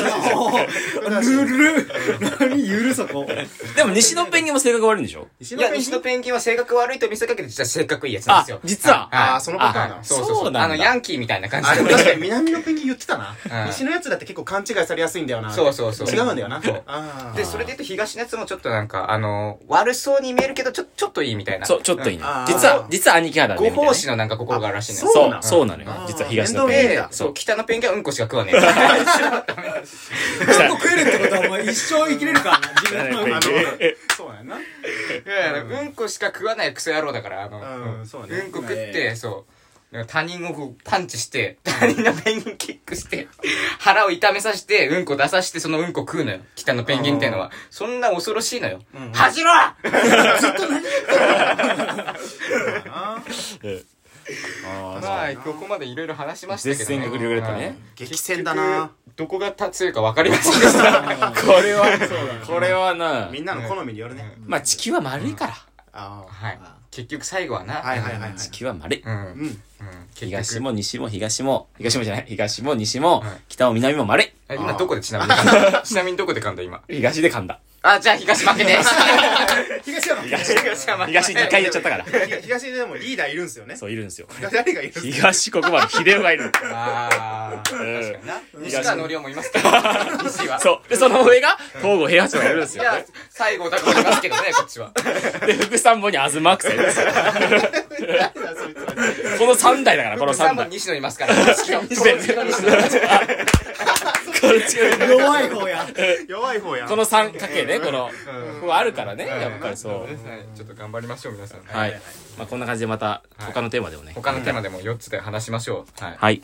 [SPEAKER 4] ぬる。 何ゆるそこ。
[SPEAKER 3] でも西のペンギンも性格悪いんでしょ
[SPEAKER 2] 西
[SPEAKER 1] い
[SPEAKER 2] の
[SPEAKER 1] や
[SPEAKER 2] ペンギ
[SPEAKER 1] 西
[SPEAKER 2] ン
[SPEAKER 1] のペンギンは性格悪いと見せかけて実は性格いいやつなん
[SPEAKER 3] あ
[SPEAKER 1] ですよ、
[SPEAKER 3] 実は。
[SPEAKER 1] はい
[SPEAKER 2] ああそのパターンなの
[SPEAKER 1] そうそう
[SPEAKER 3] そ
[SPEAKER 1] そうう
[SPEAKER 3] なんだ
[SPEAKER 1] あのヤンキーみたいな感じ
[SPEAKER 2] あ、でも確
[SPEAKER 1] で
[SPEAKER 2] かに南のペンギン言ってたな
[SPEAKER 1] う。ん
[SPEAKER 2] 西のやつだって結構勘違いされやすいんだよな。
[SPEAKER 1] そうそうそう
[SPEAKER 2] 違うんだよな
[SPEAKER 1] そう。
[SPEAKER 2] あー
[SPEAKER 1] でそれで言うと東のやつもちょっとなんかあの悪そうに見えるけどちょちょっといいみたいな
[SPEAKER 3] そう、ちょっといいね
[SPEAKER 2] うんあ。ー
[SPEAKER 3] 実は、実は兄貴肌で
[SPEAKER 1] ご
[SPEAKER 3] みたいな
[SPEAKER 1] 奉
[SPEAKER 3] ね。
[SPEAKER 1] 仕のなんか心があるらしいのよ
[SPEAKER 2] あそう
[SPEAKER 3] そう、
[SPEAKER 2] なの
[SPEAKER 3] そうなのよ
[SPEAKER 2] あ。ー
[SPEAKER 3] 実は東のペンギン
[SPEAKER 2] 面倒見え。
[SPEAKER 1] そ
[SPEAKER 3] そうう。
[SPEAKER 1] 北のペンギンはうんこしか食わねえ
[SPEAKER 4] 何個食えるってことはお前一生生きれるからな。 自分
[SPEAKER 2] あの
[SPEAKER 4] の。
[SPEAKER 2] そうや な。
[SPEAKER 1] いやいやうんこしか食わないクソ野郎だからあの、
[SPEAKER 2] うんそうね
[SPEAKER 1] うんこ食っ
[SPEAKER 4] え
[SPEAKER 1] てそうなんか他人をこうパンチして他人のペンギンキックして腹を痛めさせてうんこ出さしてそのうんこ食うのよ北のペンギンっていうのはそんな恐ろしいのよ、恥じろまあここまでいろいろ話しましたけど、
[SPEAKER 3] 絶戦が繰り広げられたね。
[SPEAKER 2] 激戦だな。
[SPEAKER 1] どこがた強いか分かりませんでした
[SPEAKER 3] これは、これはな
[SPEAKER 2] み、んなの好みによるね。
[SPEAKER 3] まあ地球は丸いから。
[SPEAKER 2] あ
[SPEAKER 1] はい結局最後はな
[SPEAKER 2] あ。はいはいはいはい。
[SPEAKER 3] 地球は丸い。
[SPEAKER 1] うん、
[SPEAKER 2] う
[SPEAKER 1] うん
[SPEAKER 2] ん。
[SPEAKER 1] 結
[SPEAKER 3] 東
[SPEAKER 1] 局
[SPEAKER 3] も西も東も、東もじゃない、東も西も
[SPEAKER 1] はい、
[SPEAKER 3] 北も南も丸い。
[SPEAKER 1] あ今どこでちなみに噛んだちなみにどこで噛んだ今
[SPEAKER 3] 東で噛んだ。
[SPEAKER 1] あ、じゃあ東負けね
[SPEAKER 4] 東山
[SPEAKER 1] 東山
[SPEAKER 3] 東に2回言っちゃったから。
[SPEAKER 2] 東でもリーダーいるんですよね
[SPEAKER 3] そう、いるんですよ。
[SPEAKER 2] 誰がいるんですか
[SPEAKER 3] 東国原秀夫がいるの。
[SPEAKER 1] え。ああ。
[SPEAKER 3] うん
[SPEAKER 1] 西川のりおもいますけど、西は。
[SPEAKER 3] そう。で、その上が、東郷平八郎がいるんです
[SPEAKER 1] い
[SPEAKER 3] よ。
[SPEAKER 1] や、最後だと思いますけどね、こっちは。
[SPEAKER 3] で、副参謀にアズマックスがいるんです よ。この3代だから、この3
[SPEAKER 1] 三
[SPEAKER 3] 代
[SPEAKER 1] 番。西野いますから。西野。西野西野
[SPEAKER 4] 弱い方や
[SPEAKER 2] 弱い方やん
[SPEAKER 3] この3かけね、この、ここあるからね、やっぱりそう。
[SPEAKER 1] はいちょっと頑張りましょう、皆さん。
[SPEAKER 3] はい。まあこんな感じでまた、他のテーマでもね。
[SPEAKER 1] 他のテーマでも4つで話しましょう。はい。
[SPEAKER 3] はい。